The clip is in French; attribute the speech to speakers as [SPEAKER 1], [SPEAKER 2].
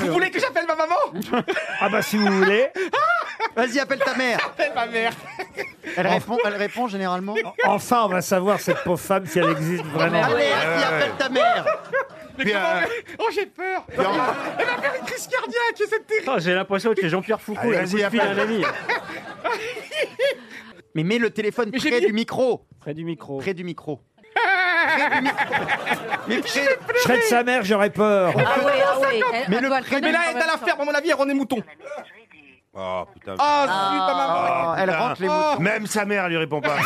[SPEAKER 1] Vous voulez que j'appelle ma maman
[SPEAKER 2] Ah bah si vous voulez.
[SPEAKER 3] Vas-y, appelle ta mère.
[SPEAKER 1] Appelle ma mère.
[SPEAKER 3] Elle répond, elle répond généralement.
[SPEAKER 2] Enfin, on va savoir cette pauvre femme si elle existe vraiment.
[SPEAKER 3] Allez, vas-y, appelle ta mère.
[SPEAKER 1] Mais
[SPEAKER 4] Puis,
[SPEAKER 1] comment-
[SPEAKER 4] euh,
[SPEAKER 1] Oh, j'ai peur. Elle va faire une crise cardiaque, c'est terrible.
[SPEAKER 5] Oh, J'ai l'impression que c'est Jean-Pierre Foucault,
[SPEAKER 4] Allez,
[SPEAKER 5] la
[SPEAKER 4] vas-y,
[SPEAKER 5] bouche fille à un
[SPEAKER 4] appelle.
[SPEAKER 5] ami.
[SPEAKER 3] Mais mets le téléphone
[SPEAKER 1] j'ai
[SPEAKER 3] près
[SPEAKER 1] mis-
[SPEAKER 3] du micro.
[SPEAKER 5] Près du micro.
[SPEAKER 3] Près du micro. Près du micro. Mais près-
[SPEAKER 2] Je serais de sa mère, j'aurais peur.
[SPEAKER 6] Ah ouais, ah ouais. Elle-
[SPEAKER 3] Mais
[SPEAKER 6] elle
[SPEAKER 3] le
[SPEAKER 6] doit le
[SPEAKER 3] pré-
[SPEAKER 1] Mais là,
[SPEAKER 6] connaître
[SPEAKER 1] elle est à
[SPEAKER 6] quand
[SPEAKER 1] la
[SPEAKER 6] même,
[SPEAKER 1] ferme, à mon avis, elle rend des moutons.
[SPEAKER 4] Oh putain.
[SPEAKER 1] Ah, zut, ma maman.
[SPEAKER 3] Oh, elle
[SPEAKER 4] putain.
[SPEAKER 3] rentre les
[SPEAKER 1] Oh.
[SPEAKER 3] mots.
[SPEAKER 4] Même sa mère lui répond pas.